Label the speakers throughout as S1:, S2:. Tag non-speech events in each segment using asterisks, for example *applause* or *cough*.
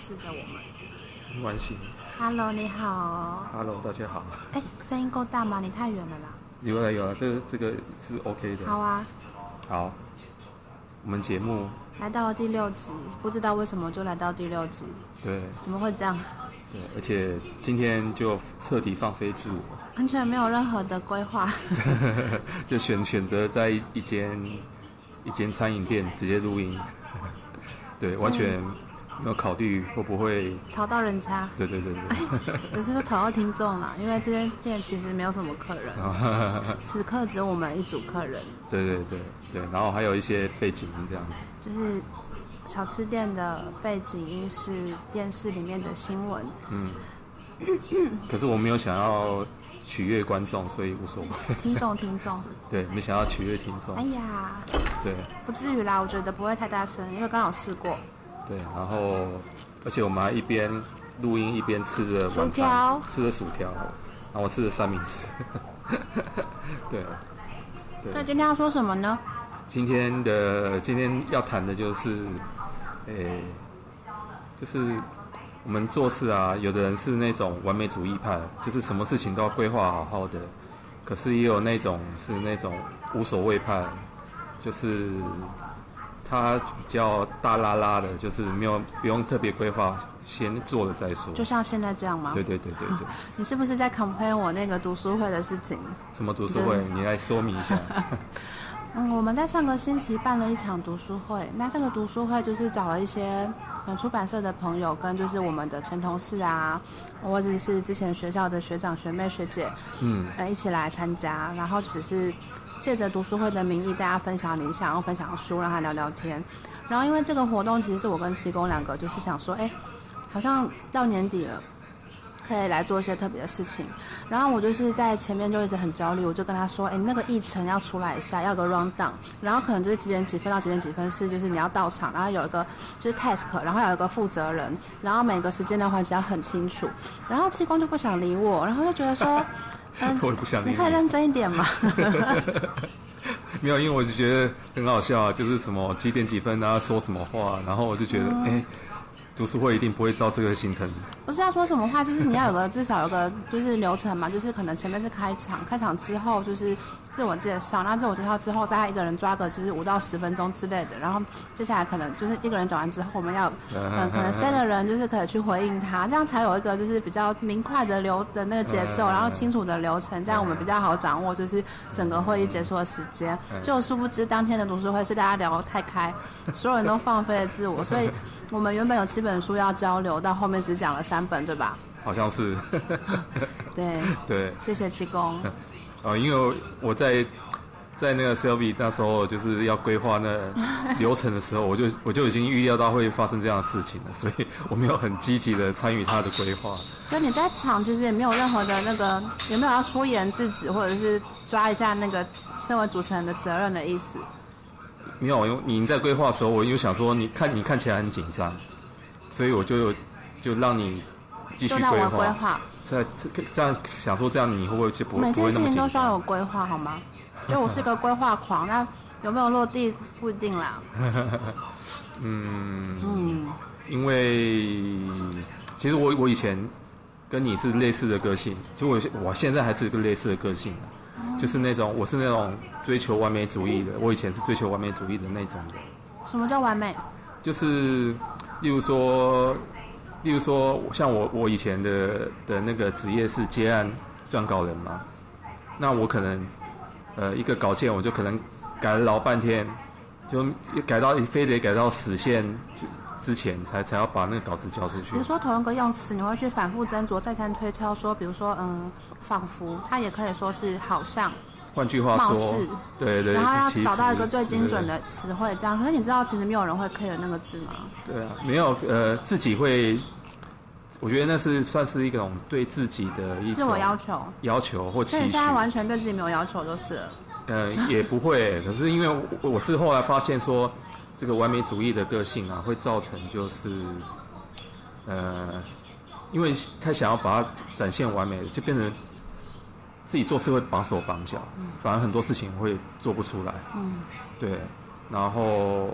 S1: 视着我们。
S2: 没关系。
S1: Hello，你好。
S2: Hello，大家好。 *laughs*
S1: 哎，声音够大吗？你太远了啦。
S2: 有啊了有了，这个这个是 OK 的。
S1: 好啊，
S2: 好，我们节目
S1: 来到了第六集，不知道为什么就来到第六集，
S2: 对
S1: 怎么会这样？
S2: 对，而且今天就彻底放飞
S1: *laughs*
S2: 自我， *laughs*
S1: 完全没有任何的规划。 *laughs*
S2: 就选选择在一一间一间餐饮店直接录音， *laughs* 对，完全没有考虑会不会，
S1: 吵到人家，
S2: 对对对
S1: 哎
S2: 对，
S1: 只是说吵到听众啦，因为这间店其实没有什么客人，此刻只有我们一组客人，
S2: 对对对对，然后还有一些背景音这样子，
S1: 就是小吃店的背景音是电视里面的新闻， *laughs*
S2: 嗯，可是我没有想要取悦观众，所以无所谓，
S1: 听众听众，
S2: 对，没想要取悦听众
S1: 哎，呀，
S2: 对
S1: 不至于啦，我觉得不会太大声，因为刚好试过。
S2: 对，然后而且我们还一边录音一边吃着晚
S1: 薯条
S2: 餐，吃着薯条，然后我吃着三明治， *laughs* 对，
S1: 那今天要说什么呢？
S2: 今天的今天要谈的就是，诶、就是我们做事啊，有的人是那种完美主义派，就是什么事情都要规划好好的，可是也有那种是那种无所谓派，就是他比较大拉拉的，就是没有不用特别规划，先做了再说。
S1: 就嗯像现在这样吗？
S2: 对对对对对，
S1: 你是不是在 complain 我那个读书会的事情？
S2: 什么读书会？你来说明
S1: *laughs*
S2: 一下。
S1: 嗯，我们在上个星期办了一场读书会，那这个读书会就是找了一些呃出版社的朋友，跟就是我们的前同事啊，或者是之前学校的学长、学妹、学姐，
S2: 嗯，
S1: 呃，一起来参加，然后只是借着读书会的名义，大家分享理想，然后分享书，让他聊聊天。然后因为这个活动，其实是我跟七公两个就是想说，哎，好像到年底了。可以来做一些特别的事情，然后我就是在前面就一直很焦虑，我就跟他说，哎，那个议程要出来一下，要个 round down，然后可能就是几点几分到几点几分是就是你要到场，然后有一个就是 task，然后有一个负责人，然后每个时间的环节要很清楚，然后七公就不想理我，然后就觉得说，嗯，
S2: 我也不想理
S1: 你可以认真一点嘛。 *laughs*
S2: 没有，因为我就觉得很好笑啊，就是什么几点几分啊，说什么话，然后我就觉得，
S1: 哦
S2: 哎、读书会一定不会照这个行程。
S1: 不是要说什么话，就是你要有个至少有个就是流程嘛，就是可能前面是开场，开场之后就是自我介绍，那自我介绍之后，大家一个人抓个就是五到十分钟之类的，然后接下来可能就是一个人讲完之后，我们要
S2: 呃
S1: 嗯，
S2: *laughs*
S1: 可能三个人就是可以去回应他，这样才有一个就是比较明快的流的那个节奏，
S2: 嗯
S1: 然后清楚的流程，这样我们比较好掌握就是整个会议结束的时间。就殊不知当天的读书会是大家聊得太开，所有人都放飞了自我，所以我们原本有七本书要交流，到后面只讲了三本，对吧？
S2: 好像是，
S1: 对，
S2: 对，
S1: 谢谢七公。
S2: 呃，因为我在在那个 Selby 那时候就是要规划那流程的时候，我就 *laughs* 我就已经预料到会发生这样的事情了，所以我没有很积极的参与他的规划。
S1: 就你在场其实也没有任何的那个，有没有要出言制止，或者是抓一下那个身为主持人的责任的意思？
S2: 没有，因为你在规划的时候，我又想说，你看你看起来很紧张，所以我就有就让你继续
S1: 就
S2: 规
S1: 让我规
S2: 划。
S1: 划。
S2: 这这这样想说，这样你会不会就不
S1: 每
S2: 不
S1: 件
S2: 会
S1: 事
S2: 那么
S1: 情
S2: 紧
S1: 都
S2: 张？
S1: 需要有规划，好吗？就我是个规划狂，那有没有落地不一定啦。
S2: *laughs* 嗯，
S1: 嗯，
S2: 因为其实我我以前跟你是类似的个性，其实我现我现在还是个类似的个性啊、就是那种我是那种追求完美主义的，我以前是追求完美主义的那种人，
S1: 什么叫完美？
S2: 就是例如说，例如说像我我以前的的那个职业是接案撰稿人嘛，那我可能呃一个稿件我就可能改了老半天，就改到非得改到死线之之前才才要把那个稿子交出去
S1: 比如。说同一个用词，你会去反复斟酌、再三推敲，说，比如说，嗯，仿佛，它也可以说是好像，
S2: 换句话
S1: 貌
S2: 说
S1: 似，
S2: 对对，
S1: 然后要
S2: 其
S1: 找到一个
S2: 实
S1: 最精准
S2: 对
S1: 的词汇，这样。可是你知道，其实没有人会 care 那个字吗？
S2: 对啊，没有呃自己会，我觉得那是算是一种对自己的一
S1: 自
S2: 种
S1: 我要求。
S2: 要求或期
S1: 所以你
S2: 许。
S1: 现在完全对自己没有要求就是了。
S2: 呃，也不会。可是因为我我是后来发现说，这个完美主义的个性啊，会造成就是，呃，因为太想要把它展现完美，就变成自己做事会绑手绑脚，反而很多事情会做不出来。
S1: 嗯，
S2: 对，然后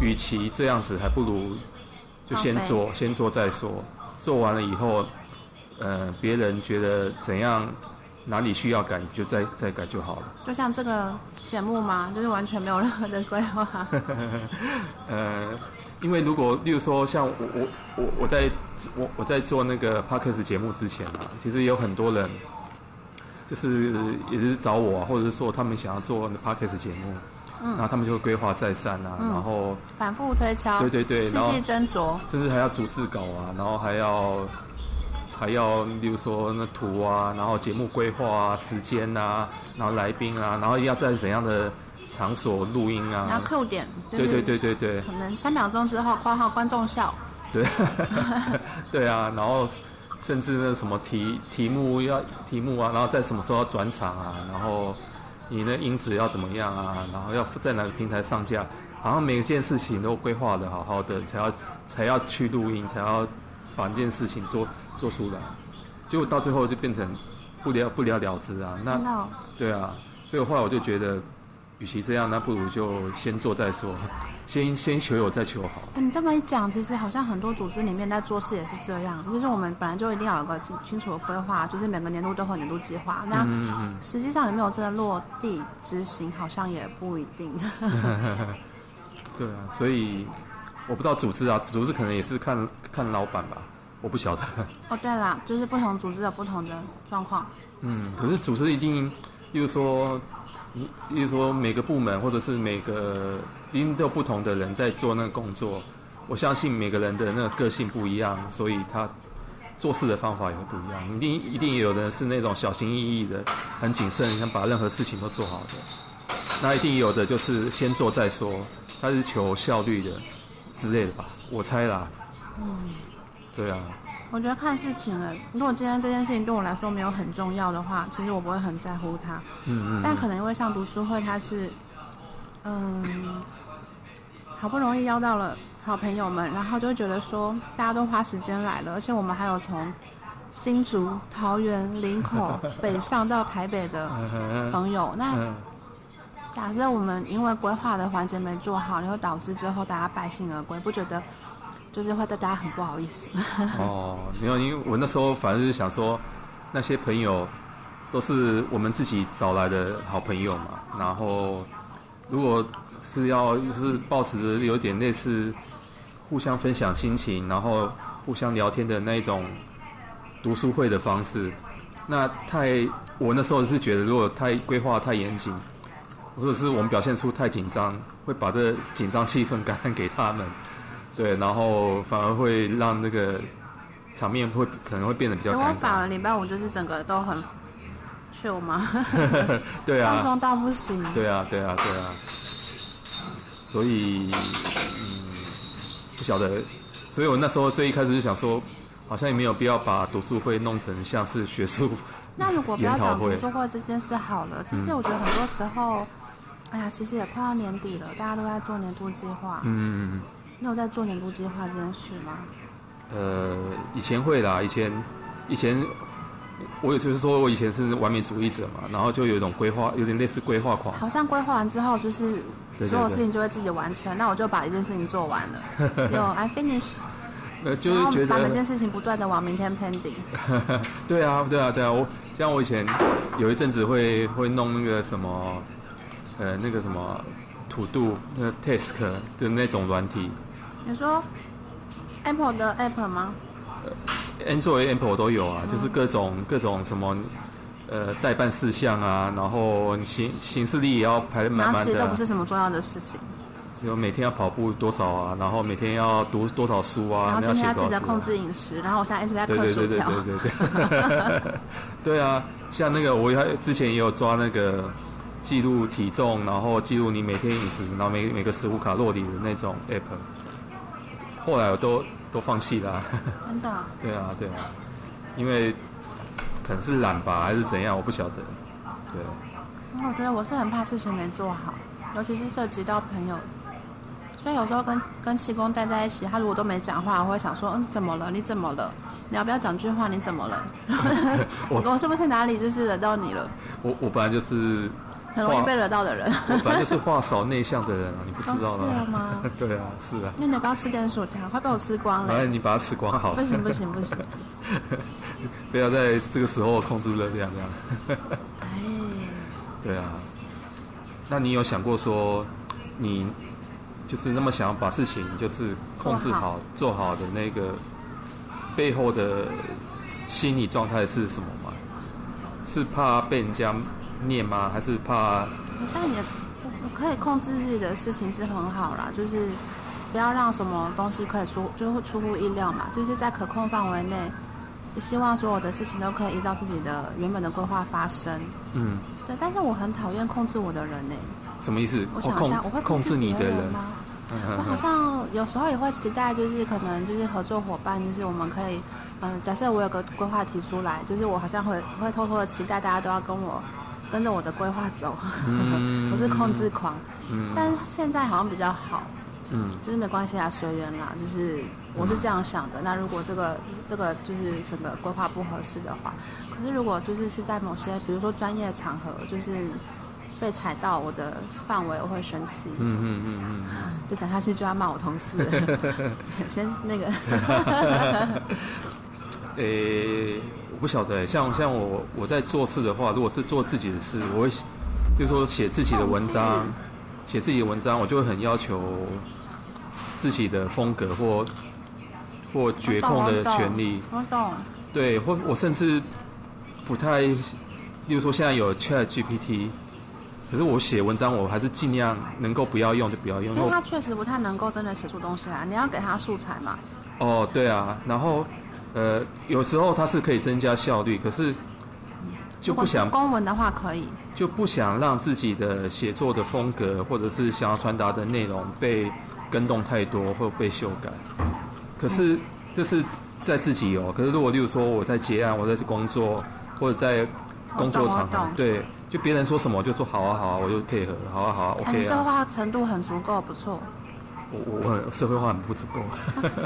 S2: 与其这样子，还不如就先做，先做再说。做完了以后，呃，别人觉得怎样，哪里需要改，你就再再改就好了。
S1: 就像这个节目嘛，就是完全没有任何的规划。 *laughs*
S2: 呃，因为如果例如说像我我我我在我我在做那个 podcast 节目之前啊，其实也有很多人，就是也是找我啊，或者是说他们想要做 podcast 节目，
S1: 嗯
S2: 然后他们就会规划再三啊，然后
S1: 反复推敲，
S2: 对对对，
S1: 细
S2: 然后嗯
S1: 细斟酌，
S2: 甚至还要逐字稿啊，然后还要还要，例如说那图啊，然后节目规划啊、时间啊，然后来宾啊，然后要在怎样的场所录音
S1: 然
S2: 啊
S1: 后，扣点，就
S2: 对
S1: 是
S2: 对对对对
S1: 可能三秒钟之后（括号观众笑
S2: 对，对啊，然后甚至那什么题题目要题目啊，然后在什么时候要转场啊，然后你那音质要怎么样啊，然后要在哪个平台上架，好像每一件事情都规划的好好的，才要才要去录音，才要把这件事情做做出来，结果到最后就变成不了不了了之啊，），那
S1: 真的哦、
S2: 对啊，所以后来我就觉得，与其这样，那不如就先做再说，先先求有再求好。
S1: 哎你这么一讲，其实好像很多组织里面在做事也是这样，就是我们本来就一定要有个清清楚的规划，就是每个年度都会有年度计划。那
S2: 嗯嗯。
S1: 实际上有没有真的落地执行，好像也不一
S2: *laughs*
S1: 定。
S2: 对啊，所以我不知道组织啊，组织可能也是看看老板吧，我不晓得。
S1: 哦，对啦，就是不同组织有不同的状况。
S2: 嗯，可是组织一定，例如说，你例如说每个部门或者是每个一定都有不同的人在做那个工作，我相信每个人的那个个性不一样，所以他做事的方法也会不一样。一定一定有人是那种小心翼翼的，很谨慎，想把任何事情都做好的。那一定有的就是先做再说，他是求效率的之类的吧，我猜啦。嗯，对啊，
S1: 我觉得看事情了。如果今天这件事情对我来说没有很重要的话，其实我不会很在乎它。
S2: 嗯嗯
S1: 但可能因为像读书会，它是，嗯，好不容易邀到了好朋友们，然后就会觉得说大家都花时间来了，而且我们还有从新竹、桃园、林口北上到台北的
S2: 嗯嗯嗯
S1: 朋友。那
S2: 嗯，
S1: 假设我们因为规划的环节没做好，然后导致最后大家败兴而归，不觉得就是会对大家很不好意思吗？
S2: 哦，没有，因为我那时候反正就是想说，那些朋友都是我们自己找来的好朋友嘛。然后，如果是要就是抱持有点类似互相分享心情，然后互相聊天的那一种读书会的方式，那太我那时候是觉得，如果太规划太严谨，或者是我们表现出太紧张，会把这紧张气氛感染给他们。对，然后反而会让那个场面会可能会变得比较
S1: 结果 *laughs*
S2: 尴
S1: 啊反而
S2: 尬。
S1: 礼拜五就是整个都很 chill 嘛，
S2: *laughs* 对
S1: 放
S2: 啊，
S1: 松到不行。
S2: 对啊，对啊，对啊。所以，嗯，不晓得，所以我那时候最一开始就想说，好像也没有必要把读书会弄成像是学术。
S1: 那如果不要
S2: 研讨
S1: 讲
S2: 会嗯
S1: 读书会这件事好了，其实我觉得很多时候，哎呀，其实也快要年底了，大家都在做年度计划。
S2: 嗯，
S1: 你有在做年度计划这件事吗？
S2: 呃，以前会啦，以前，以前，我也就是说我以前是完美主义者嘛，然后就有一种规划，有点类似规划狂。
S1: 好像规划完之后，就是
S2: 对对
S1: 所有
S2: 对
S1: 事情就会自己完成。那我就把一件事情做
S2: *laughs*
S1: 完了，有 I finish，
S2: 呃，就
S1: 然
S2: 是
S1: 后
S2: 觉得
S1: 把每件事情不断的往明天 pending。
S2: 对啊，对啊，对啊，我像我以前有一阵子会会弄那个什么，呃，那个什么土度那个 Task 的那种软体
S1: 你说 Apple 的 app 吗？
S2: ，Android、Apple 都有啊，
S1: 嗯
S2: 就是各种各种什么，呃，代办事项啊，然后行行事历也要排得
S1: 然
S2: 满
S1: 后
S2: 满
S1: 其实
S2: 的
S1: 都
S2: 啊、
S1: 不是什么重要的事情，
S2: 就每天要跑步多少啊，然后每天要读多少书啊，
S1: 然后
S2: 你要
S1: 今
S2: 写
S1: 天要
S2: 多
S1: 记
S2: 少
S1: 得
S2: 书啊
S1: 控制饮食，然后我现在一直在
S2: 对
S1: 嗑
S2: 对
S1: 薯
S2: 对对
S1: 条。
S2: 对对对， *laughs* 对啊，像那个我还之前也有抓那个记录体重，然后记录你每天饮食，然后每每个食物卡路里的那种 app，后来我都都放弃了啊、 *laughs*
S1: 真的啊，
S2: 对啊对啊，因为可能是懒吧，还是怎样，我不晓得。对，
S1: 因为我觉得我是很怕事情没做好，尤其是涉及到朋友，所以有时候跟跟气功待在一起，他如果都没讲话，我会想说，嗯，怎么了？你怎么了？你要不要讲句话？你怎么了？
S2: 我
S1: 我是不是哪里就是惹到你了？
S2: 我我本来就是
S1: 很容易被惹到的人。
S2: 我本来就是
S1: *laughs*
S2: 话少内向的人啊，你不知道
S1: 哦是吗？
S2: *laughs* 对啊，是啊，
S1: 那你要不要吃点薯条？快被我吃光
S2: 反
S1: 了！
S2: 正你把它吃光好
S1: 不
S2: 了，
S1: 行不行不行！
S2: 不要在这个时候控制热量这样。
S1: 哎，
S2: 对啊，那你有想过说，你就是那么想要把事情就是控制好、做好的那个背后的心理状态是什么吗？是怕被人家念吗？还是怕
S1: 好像也我我可以控制自己的事情是很好啦，就是不要让什么东西可以出就会出乎意料嘛，就是在可控范围内，希望所有的事情都可以依照自己的原本的规划发生。
S2: 嗯
S1: 对，但是我很讨厌控制我的人呢、
S2: 什么意思？
S1: 我
S2: 哦
S1: 想一下，我会
S2: 控控制你
S1: 别
S2: 的人， *laughs*
S1: 吗？
S2: 嗯
S1: 我
S2: 嗯
S1: 好
S2: 嗯
S1: 像有时候也会期待，就是可能就是合作伙伴，就是我们可以，嗯、假设我有个规划提出来，就是我好像会会偷偷的期待大家都要跟我跟着我的规划走，
S2: 嗯
S1: 我是控制狂，
S2: 嗯
S1: 但是现在好像比较好，
S2: 嗯
S1: 就是没关系啦，随缘啦，就是我是这样想
S2: 嗯
S1: 的。那如果这个这个就是整个规划不合适的话，可是如果就是是在某些比如说专业场合，就是被踩到我的范围，我会生气。
S2: 嗯嗯嗯嗯嗯，
S1: 再讲下去就要骂我同
S2: *laughs*
S1: 事了。先那个，
S2: 诶、呃我不晓得、像像我我在做事的话，如果是做自己的事，我会写，就是说写自己的文章
S1: 控制，
S2: 写自己的文章，我就会很要求自己的风格或或 *laughs* 绝控的权利。
S1: 我懂。
S2: 对，或我甚至不太，例如说现在有 Chat GPT，可是我写文章我还是尽量能够不要用就不要用。
S1: 因为
S2: 我
S1: 他确实不太能够真的写出东西来，你要给他素材嘛。
S2: 哦，对啊，然后呃，有时候它是可以增加效率，可是就
S1: 如
S2: 不
S1: 果是
S2: 想
S1: 公文的话可以，
S2: 就不想让自己的写作的风格或者是想要传达的内容被跟动太多或被修改。可是这是在自己哦，可是如果例如说我在结案，我在工作或者在工作场
S1: 我哦懂我
S2: 合
S1: 懂，
S2: 对，就别人说什么我就说好啊好啊，我就配合，好啊好啊
S1: 哎你
S2: ，OK
S1: 说
S2: 啊，
S1: 话程度很足够，不错。
S2: 我我我社会化很不足够。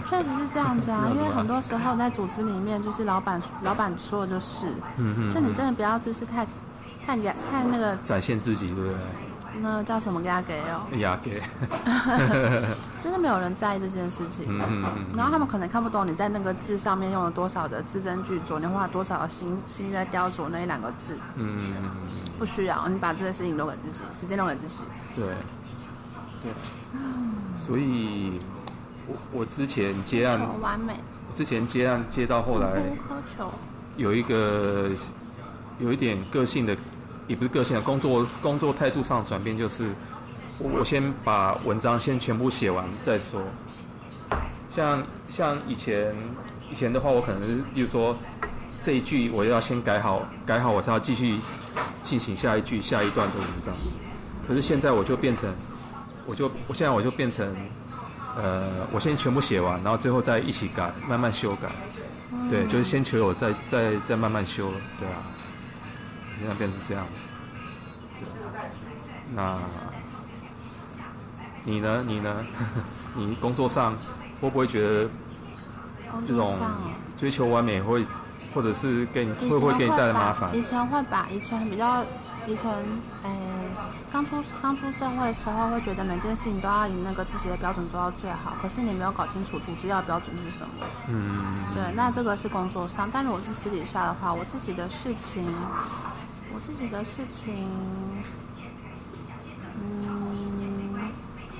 S1: 确实是这样子
S2: *laughs* 是
S1: 啊
S2: 啊，
S1: 因为
S2: 是啊
S1: 很多时候在组织里面，就是老板老板说的就是，
S2: 嗯嗯
S1: 就你真的不要就是太太压太那个
S2: 展现自己，对不对？
S1: 那叫什么压给哦，
S2: 压给，
S1: 真的没有人在意这件事情。
S2: 嗯嗯嗯
S1: 然后他们可能看不懂你在那个字上面用了多少的字斟句酌，你花了多少的心心在雕琢那一两个字，
S2: 嗯嗯嗯，
S1: 不需要，你把这件事情留给自己，时间留给自己。
S2: 对，对，所以我我之前接案。
S1: 求完美，
S2: 之前接案接到后来，
S1: 无苛求。
S2: 有一个有一点个性的，也不是个性的工作工作态度上的转变，就是我我先把文章先全部写完再说。像像以前以前的话，我可能是，比如说这一句我要先改好，改好我才要继续进行下一句下一段的文章。可是现在我就变成，我就我现在我就变成，呃，我先全部写完，然后最后再一起改，慢慢修改。
S1: 嗯
S2: 对，就是先求有，再再再慢慢修了，对啊，现在变成这样子，对，那你呢？你呢？ *laughs* 你工作上会不会觉得
S1: 工
S2: 这
S1: 作
S2: 种
S1: 上哦
S2: 追求完美会，或者是给你
S1: 以
S2: 会
S1: 前
S2: 不会给你带来
S1: 吧
S2: 麻烦？
S1: 以前会吧，以前比较，以前，哎，刚出刚出社会的时候会觉得每件事情都要以那个自己的标准做到最好，可是你没有搞清楚组织要的标准是什么。
S2: 嗯，
S1: 对，那这个是工作上，但如果是私底下的话，我自己的事情，我自己的事情，嗯，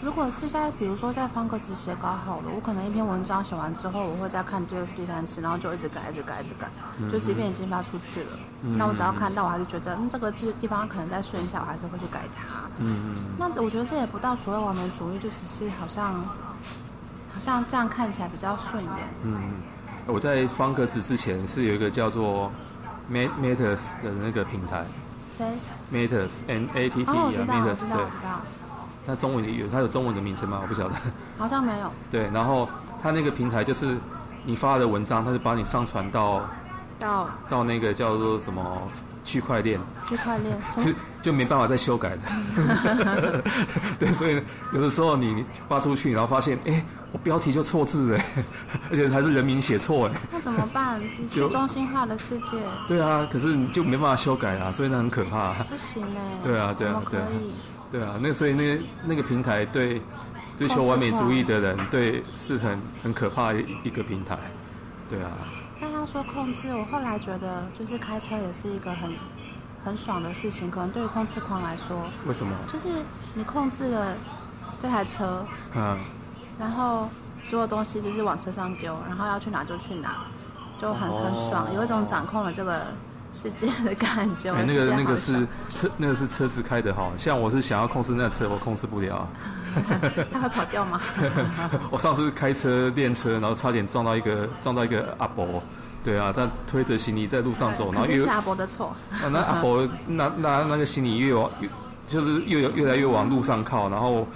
S1: 如果是在比如说在方格子写稿好了，我可能一篇文章写完之后，我会再看第二次、第三次，然后就一直改、一直改、一直改，
S2: 嗯
S1: 就即便已经发出去了，那我只要看到，我还是觉得嗯这个字地方可能再顺一下，我还是会去改它。
S2: 嗯，
S1: 那这我觉得这也不到所谓完美主义，就只是好像好像这样看起来比较顺眼。
S2: 嗯，我在方格子之前是有一个叫做 Mat- Matters 的那个平台
S1: 谁？
S2: ，Matters M A T T
S1: 哦，我
S2: E
S1: 知
S2: 啊
S1: 道，我知
S2: ，Matters
S1: 道，
S2: 对
S1: 我，知道，
S2: 它中文有它有中文的名称吗？我不晓得。
S1: 好像没有。
S2: 对，然后他那个平台就是你发的文章，他就把你上传到
S1: 到
S2: 到那个叫做什么区块链， *laughs*
S1: 区块链，什么
S2: 是 *laughs* 就没办法再修改的。 *laughs* 对，所以有的时候你发出去，然后发现，哎、我标题就错字哎， *laughs* 而且还是人名写错哎。
S1: 那怎么
S2: *laughs*
S1: 办？去
S2: 就
S1: 中心化的世界
S2: 对啊，可是你就没办法修改啊，所以那很可怕、
S1: 不行哎、
S2: 对啊对
S1: 怎
S2: 啊
S1: 么可
S2: 对啊
S1: 以？
S2: 对啊，那所以那那个平台对追求完美主义的人，对是很很可怕的一个平台。对啊，
S1: 但要说控制，我后来觉得就是开车也是一个很很爽的事情。可能对于控制狂来说，
S2: 为什么？
S1: 就是你控制了这台车，
S2: 啊，
S1: 然后所有东西就是往车上丢，然后要去哪就去哪，就很很
S2: 哦
S1: 爽，有一种掌控了这个世界的感觉。
S2: 哎、
S1: 我
S2: 那
S1: 世界
S2: 个那
S1: 好
S2: 个
S1: 爽
S2: 是车，那个是车子开的好，像我是想要控制那车，我控制不了啊。 *laughs*
S1: 它会跑掉吗？
S2: 我上次开车练车，然后差点撞到一个撞到一个阿伯，对啊，他推着行李在路上走，然后
S1: *laughs* 肯定
S2: 越
S1: 是阿伯的错。 *laughs*
S2: 啊那阿伯拿拿那个行李越往越就是越有越来越往路上靠，然后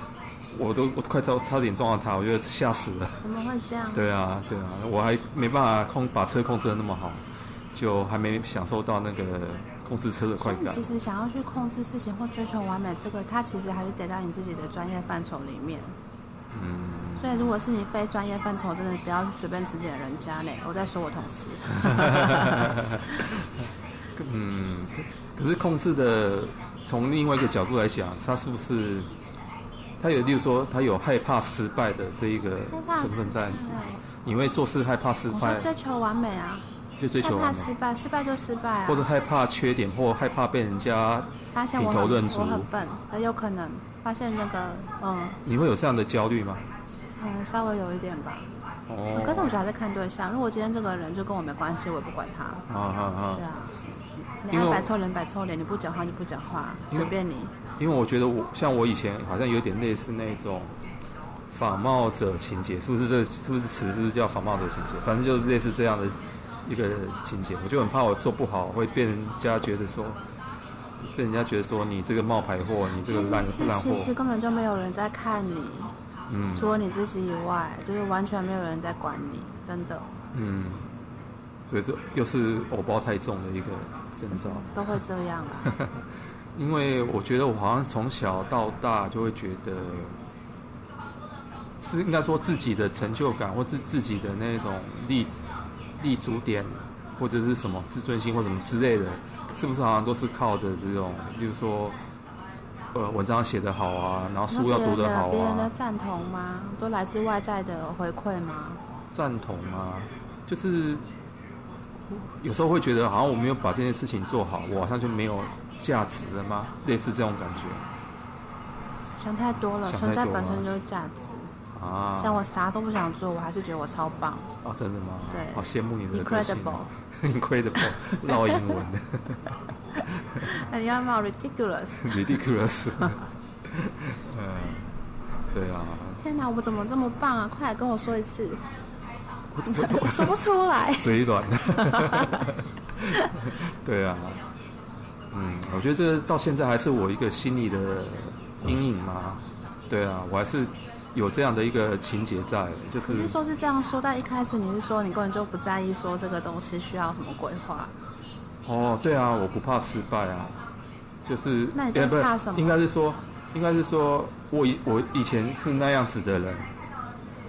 S2: 我都我快差差点撞到他，我觉得吓死了。
S1: 怎么会这样？
S2: 对啊对啊，我还没办法控把车控制的那么好，就还没享受到那个控制车的
S1: 所
S2: 快
S1: 以你
S2: 感
S1: 其。实想要去控制事情或追求完美，这个它其实还是得在你自己的专业范畴里面。
S2: 嗯，
S1: 所以如果是你非专业范畴，真的不要随便指点人家嘞。我在说我同事，
S2: 嗯，可可是控制的，从另外一个角度来讲，它是不是，它有，例如说，它有害怕失败的这一个
S1: 害怕
S2: 成分在，
S1: 失败啊
S2: 你会做事害怕失
S1: 我说
S2: 败，
S1: 追求完美啊，
S2: 就追求
S1: 害怕
S2: 完
S1: 失
S2: 美，
S1: 败，失败就失败啊。
S2: 或者害怕缺点，或害怕被人家，
S1: 发现我
S2: 品头
S1: 很
S2: 论足
S1: 我很笨，很有可能发现那个嗯
S2: 你会有这样的焦虑吗？
S1: 嗯稍微有一点吧。
S2: 哦，
S1: 可是我觉得还在看对象，如果今天这个人就跟我没关系，我也不管他。
S2: 啊啊啊
S1: 对！啊，你
S2: 因为
S1: 爱
S2: 我
S1: 摆臭脸摆臭脸，你不讲话就不讲话，
S2: 因为
S1: 随便你。
S2: 因为我觉得我像我以前好像有点类似那种仿冒者情节，是不是这是不是词是不是叫仿冒者情节？反正就是类似这样的一个情节，我就很怕我做不好会被人家觉得说，被人家觉得说你这个冒牌货，你这个烂
S1: 但是
S2: 烂货
S1: 其，实根本就没有人在看你，
S2: 嗯
S1: 除了你自己以外，就是完全没有人在管你，真的
S2: 嗯，所以说又是偶包太重的一个征兆。
S1: 都会这样
S2: *laughs*
S1: 啊。
S2: 因为我觉得我好像从小到大就会觉得，是应该说自己的成就感或自自己的那种立立足点，或者是什么自尊心或什么之类的，是不是好像都是靠着这种，比如说，呃，文章写得好啊，然后
S1: 那
S2: 书要读
S1: 别人
S2: 得
S1: 的
S2: 好
S1: 别人的
S2: 啊，
S1: 赞同吗？都来自外在的回馈吗？
S2: 赞同啊，就是有时候会觉得好像我没有把这件事情做好，我好像就没有价值了吗？类似这种感觉
S1: 想太多了，
S2: 想
S1: 存
S2: 太
S1: 在
S2: 多
S1: 本身
S2: 了
S1: 就是价值。
S2: 啊。
S1: 像我啥都不想做，我还是觉得我超棒
S2: 啊，真的吗？
S1: 对
S2: 好羡慕你的个性哦
S1: ，incredible。
S2: *laughs* Incredible，绕英文
S1: *laughs* 你要骂我哎 ridiculous。 *laughs*
S2: ，ridiculous。嗯，对啊，
S1: 天哪，我怎么这么棒啊！快来跟我说一次，
S2: 我我。
S1: 我 *laughs* 说不出来
S2: 嘴软。 *laughs* 对啊，嗯，我觉得这到现在还是我一个心理的阴影嘛。对啊，我还是有这样的一个情节在，就
S1: 只是说是这样说，但一开始你是说你根本就不在意说这个东西需要什么规划，
S2: 哦，对啊，我不怕失败啊，就是
S1: 那你在
S2: 呃不是
S1: 怕什么
S2: 应该是说，应该是说我以我以前是那样子的人，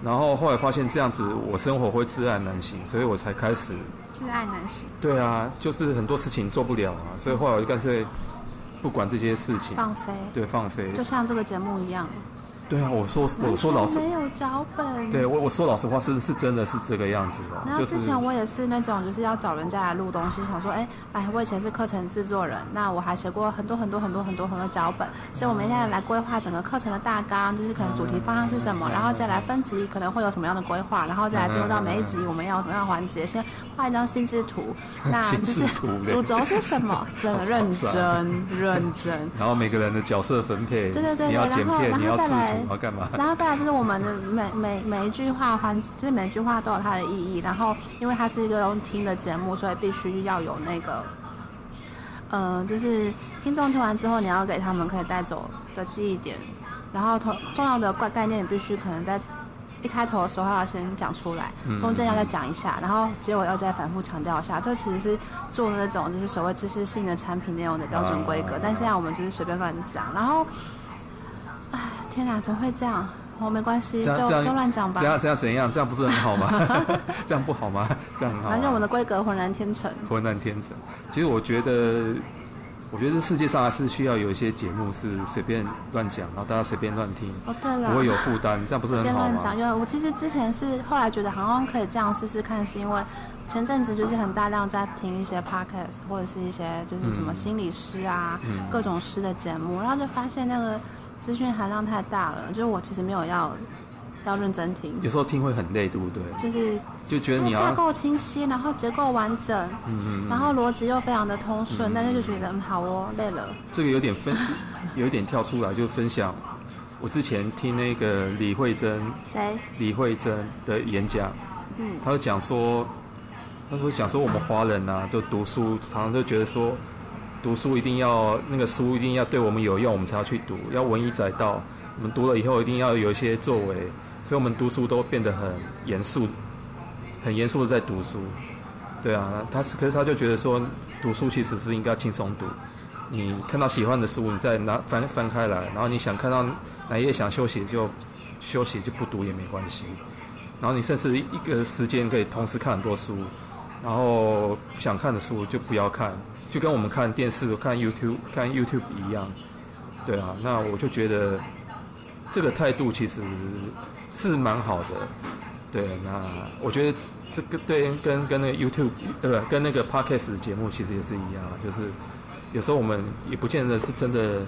S2: 然后后来发现这样子我生活会自然难行，所以我才开始，
S1: 自爱难行，
S2: 对啊，就是很多事情做不了啊，所以后来我就干脆不管这些事情，
S1: 放飞，
S2: 对，放飞，
S1: 就像这个节目一样，
S2: 对啊，我说我说老
S1: 完
S2: 实
S1: 全，没有脚本。
S2: 对我我说老实话是是真的是这个样子
S1: 然
S2: 的，
S1: 后
S2: 就
S1: 之
S2: 是
S1: 前我也是那种，就是要找人家来录东西，想说，哎，哎，我以前是课程制作人，那我还写过很多很多很多很多很多脚本，所以我们现在来规划整个课程的大纲，就是可能主题方向是什么，然后再来分级，可能会有什么样的规划，然后再来进入到每一集我们要有什么样的环节，先画一张心智图，那就
S2: *laughs* 心
S1: 是
S2: 智图嘞
S1: 主轴是什
S2: *laughs*
S1: 么，真的认真认真。
S2: 然后每个人的角色分配，
S1: 对对对对
S2: 你要剪
S1: 然后
S2: 片，
S1: 然
S2: 你
S1: 后
S2: 要
S1: 再
S2: 制
S1: 来
S2: 图，要干嘛？
S1: 然后再来就是我们的每每每一句话环，就是每一句话都有它的意义。然后因为它是一个用听的节目，所以必须要有那个，呃，就是听众听完之后，你要给他们可以带走的记忆点。然后同重要的概概念，你必须可能在一开头的时候要先讲出来，中间要再讲一下，然后结尾要再反复强调一下。这其实是做那种就是所谓知识性的产品内容的标准规格，
S2: 啊
S1: 但现在我们就是随便乱讲。然后，哎，天哪，怎么会这样？哦，没关系，
S2: 这
S1: 就
S2: 样这样
S1: 就乱讲吧
S2: 这。样这样怎样？这样不是很
S1: *laughs*
S2: 好吗？这样不好吗？这样很好啊吗。
S1: 反正我的规格浑然天成。
S2: 昏暗天成。其实我觉得，我觉得这世界上还是需要有一些节目是随便乱讲，然后大家随便乱听，
S1: 哦，对了，
S2: 不会有负担，这样不是
S1: 随
S2: 很
S1: 便
S2: 啊好啊
S1: 乱
S2: 吗
S1: 讲，？因为我其实之前是后来觉得好像可以这样试试看，是因为前阵子就是很大量在听一些 podcast 或者是一些就是什么心理师啊、
S2: 嗯
S1: 各种师的节目，然后就发现那个资讯含量太大了，就是我其实没有要要认真听，
S2: 有时候听会很累，对不对？
S1: 就是
S2: 就觉得
S1: 因为
S2: 你
S1: 架
S2: 要，
S1: 构清晰，然后结构完整，
S2: 嗯嗯，
S1: 然后逻辑又非常的通顺，但是就觉得嗯好哦，累了，
S2: 这个有点分，有一点跳出来，就分享。我之前听那个李慧珍，
S1: 谁？
S2: 李慧珍的演讲，
S1: 嗯，
S2: 她就讲说，她说讲说我们华人啊，就读书，常常就觉得说，读书一定要那个书一定要对我们有用，我们才要去读，要文以载道。我们读了以后一定要有一些作为，所以我们读书都变得很严肃，很严肃的在读书。对啊，他是，可是他就觉得说，读书其实是应该轻松读。你看到喜欢的书，你再拿翻翻开来，然后你想看到哪一页想休息就休息就不读也没关系。然后你甚至一个时间可以同时看很多书，然后不想看的书就不要看，就跟我们看电视、看 YouTube、看 YouTube 一样。对啊，那我就觉得这个态度其实是蛮好的。对，那我觉得这个对跟跟那个 YouTube 呃不跟那个 Podcast 的节目其实也是一样，啊，就是有时候我们也不见得是真的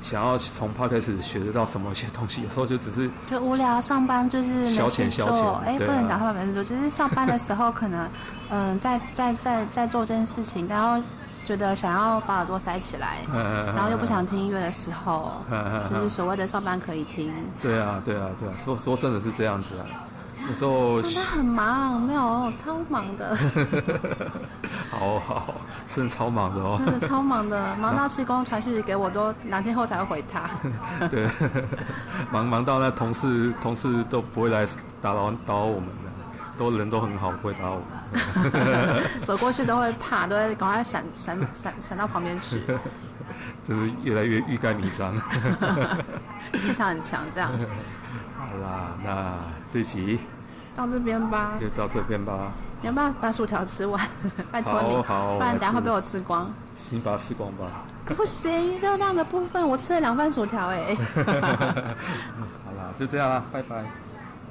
S2: 想要从 Podcast 学得到什么一些东西，有时候就只是
S1: 就无聊，上班就是没
S2: 消
S1: 事
S2: 遣消
S1: 做
S2: 遣，
S1: 哎、不
S2: 对啊
S1: 能讲上班没事做，就是上班的时候可
S2: *laughs*
S1: 能，嗯、在在在在做这件事情，然后觉得想要把耳朵塞起
S2: *laughs*
S1: 来，
S2: 呃，
S1: 然后又不想听音乐的时候，就是所谓的上班可以听，
S2: *laughs* 对啊，对啊，对啊，说说真的是这样子啊。有
S1: *laughs*
S2: 时候
S1: 上班很忙，没有超忙
S2: *laughs*
S1: 的，
S2: 好好，真的超忙的
S1: *laughs*
S2: 哦。
S1: 真的超忙的，忙到职工传讯息给我都两天后才会回
S2: *laughs*
S1: 他，
S2: 对，忙忙到那同事同事都不会来打扰打扰我们的，都人都很好，不会打扰我们。
S1: 走过去都会怕，都会赶快闪闪闪闪到旁边去，
S2: 真是越来越欲盖弥
S1: *laughs*
S2: 彰。
S1: 气场很强，这样
S2: 好啦，那这期
S1: 到这边吧。
S2: 就到这边吧，
S1: 你要不要把薯条吃完？ *laughs* 拜托
S2: 好
S1: 你，
S2: 好
S1: 不然等下
S2: 我来吃
S1: 会被我吃光。
S2: 先把它吃光吧。
S1: 不行，欸热量的部分我吃了两份薯条哎、
S2: 好啦，就这样啦，拜拜。